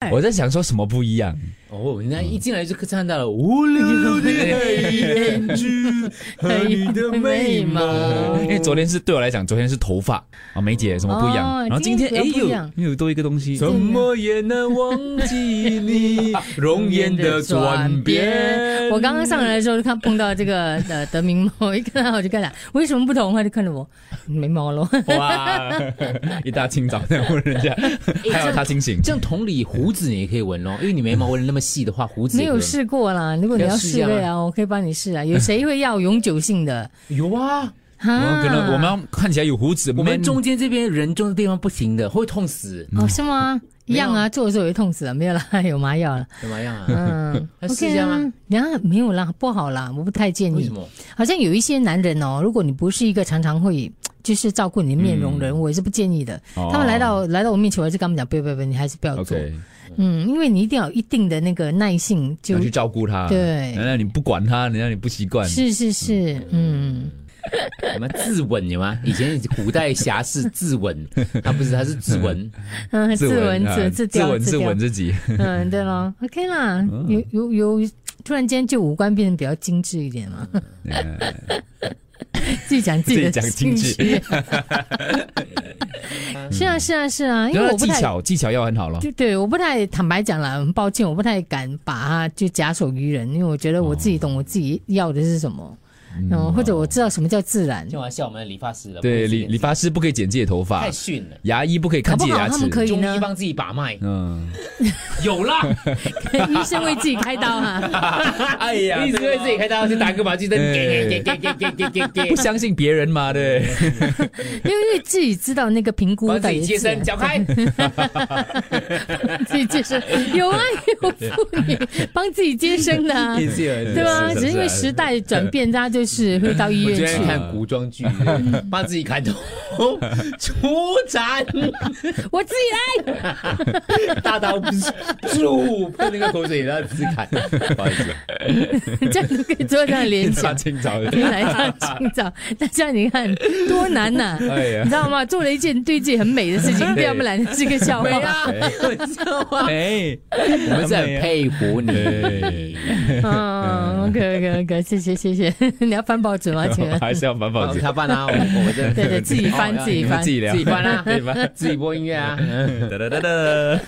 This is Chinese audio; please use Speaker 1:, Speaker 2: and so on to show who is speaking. Speaker 1: 哎
Speaker 2: 我在想说什么不一样？
Speaker 3: 哦，人家一进来就看到了无力的黑眼珠和你的眉毛。
Speaker 2: 因为昨天是对我来讲，昨天是头发啊，梅姐什么不一样？
Speaker 1: 哦
Speaker 2: 然后今天哎哎
Speaker 1: 今天什么不一样
Speaker 2: 又又多一个东西，
Speaker 3: 怎么也难忘记你容颜的转变。
Speaker 1: 我刚刚上来的时候，就看碰到这个呃德明猫，一看到我就跟他讲为什么不同，他就看着我眉毛 咯。
Speaker 2: 哇，一大清早在问人家，
Speaker 1: 哎
Speaker 2: 还好他清醒。
Speaker 3: 这样同理，胡子你也可以纹哦，因为你眉毛纹得那么细的话，胡子
Speaker 1: 没
Speaker 3: 也可以
Speaker 1: 有
Speaker 3: 纹
Speaker 1: 试过啦，如果你
Speaker 3: 要
Speaker 1: 要
Speaker 3: 试一
Speaker 1: 试
Speaker 3: 下吗
Speaker 1: 对啊，我可以帮你试啊。有谁会要永久性的？
Speaker 3: 有啊。
Speaker 2: 我
Speaker 1: 哈
Speaker 2: 们可能我们要看起来有胡子，
Speaker 3: 我们
Speaker 2: man
Speaker 3: 中间这边人中的地方不行的，会痛死，
Speaker 2: 嗯
Speaker 1: 哦是吗？一样啊，做的时候也痛死了，没有啦， 有麻 药了。
Speaker 3: 怎么样啊？
Speaker 1: 嗯
Speaker 3: 要试一
Speaker 1: ，OK
Speaker 3: 下
Speaker 1: 啊
Speaker 3: 吗，
Speaker 1: 呀，没有啦，不好啦，我不太建
Speaker 3: 为
Speaker 1: 议
Speaker 3: 什。么？
Speaker 1: 好像有一些男人哦，如果你不是一个常常会就是照顾你的面容的人，我也是不建议的。
Speaker 2: 嗯哦
Speaker 1: 他们来到来到我面前，我还是跟他们讲，不要不要，不要你还是不要做。
Speaker 2: OK，
Speaker 1: 嗯，因为你一定要有一定的那个耐性，就
Speaker 2: 要去照顾他。
Speaker 1: 对
Speaker 2: 难道你不管他，难道你不习惯？
Speaker 1: 是是是，嗯，
Speaker 3: 什么自刎有吗？以前古代侠士自刎，他不是，他是自刎。
Speaker 1: 嗯，自
Speaker 2: 刎
Speaker 1: 文
Speaker 2: 啊
Speaker 1: 自自
Speaker 2: 自
Speaker 1: 雕
Speaker 2: 刎自嗯
Speaker 1: 雕
Speaker 2: 刎，自己。
Speaker 1: 嗯，对咯 o k 啦，有有有，突然间就五官变得比较精致一点嘛， 自己讲自己的
Speaker 2: 自己讲精
Speaker 1: 兴
Speaker 2: 致
Speaker 1: 趣， 是啊是啊是啊，因为
Speaker 2: 然
Speaker 1: 我
Speaker 2: 后
Speaker 1: 不
Speaker 2: 技
Speaker 1: 太。
Speaker 2: 巧技巧要很好了。
Speaker 1: 就对，我不太坦白讲了，很抱歉，我不太敢把它就假手于人，因为我觉得我自己懂我自己要的是什么，嗯，或者我知道什么叫自然，
Speaker 3: 今晚笑我们的理发师了，
Speaker 2: 对，
Speaker 3: 不会
Speaker 2: 理
Speaker 3: 剪
Speaker 2: 理发师不可以剪自己的头发
Speaker 3: 太，逊了。
Speaker 2: 牙医不可以看自己的牙
Speaker 1: 搞不好
Speaker 2: 齿
Speaker 1: 他。们可以
Speaker 3: 中
Speaker 1: 呢
Speaker 3: 医帮自己把脉，
Speaker 2: 嗯，
Speaker 3: 有啦，
Speaker 1: 医生为自己开刀啊，
Speaker 2: 哎
Speaker 3: 一直为自己开刀，就打个麻醉针，
Speaker 2: 哎
Speaker 3: 给给给给给给给
Speaker 2: 不，相信别人嘛，对。
Speaker 1: 因为自己知道那个评估
Speaker 3: 帮自
Speaker 1: 到
Speaker 3: 己
Speaker 1: 底
Speaker 3: 接
Speaker 1: 是
Speaker 3: 生，脚开，
Speaker 1: 自己接生，有啊有妇女帮自己接生的、啊。对
Speaker 3: 对
Speaker 1: 吧？只是因为时代转变，大家就是会到医
Speaker 3: 我
Speaker 1: 院
Speaker 3: 昨天
Speaker 1: 去。
Speaker 3: 看古装剧， 帮自己砍头， 出斩，
Speaker 1: 我自己来，
Speaker 3: 大刀住，喷那个口水，然后自己砍。不好意思，
Speaker 1: 这样都可以做这样的联
Speaker 2: 大
Speaker 1: 想。
Speaker 2: 清早 的，
Speaker 1: 原来他清早，大家你看多难呐、
Speaker 2: 哎
Speaker 1: 你
Speaker 2: 呀，
Speaker 1: 知道吗？做了一件对自己很美的事情，
Speaker 2: 对
Speaker 1: 对他们来是个笑
Speaker 3: 对
Speaker 1: 话。
Speaker 3: 啊，我笑话，
Speaker 2: 哎，
Speaker 3: 我们是很佩服 你。
Speaker 1: 嗯，OK OK OK，谢谢谢 谢。你要翻报纸吗？请 问？
Speaker 2: 还是要满
Speaker 3: 哦
Speaker 2: 脑子。
Speaker 3: 他翻啊，我我们这
Speaker 1: 对对，自己翻
Speaker 3: 哦
Speaker 1: 自己 翻
Speaker 2: 自。己聊，
Speaker 3: 自己翻啊
Speaker 2: 自己翻，
Speaker 3: 自己播音乐啊。
Speaker 2: 哒哒哒哒。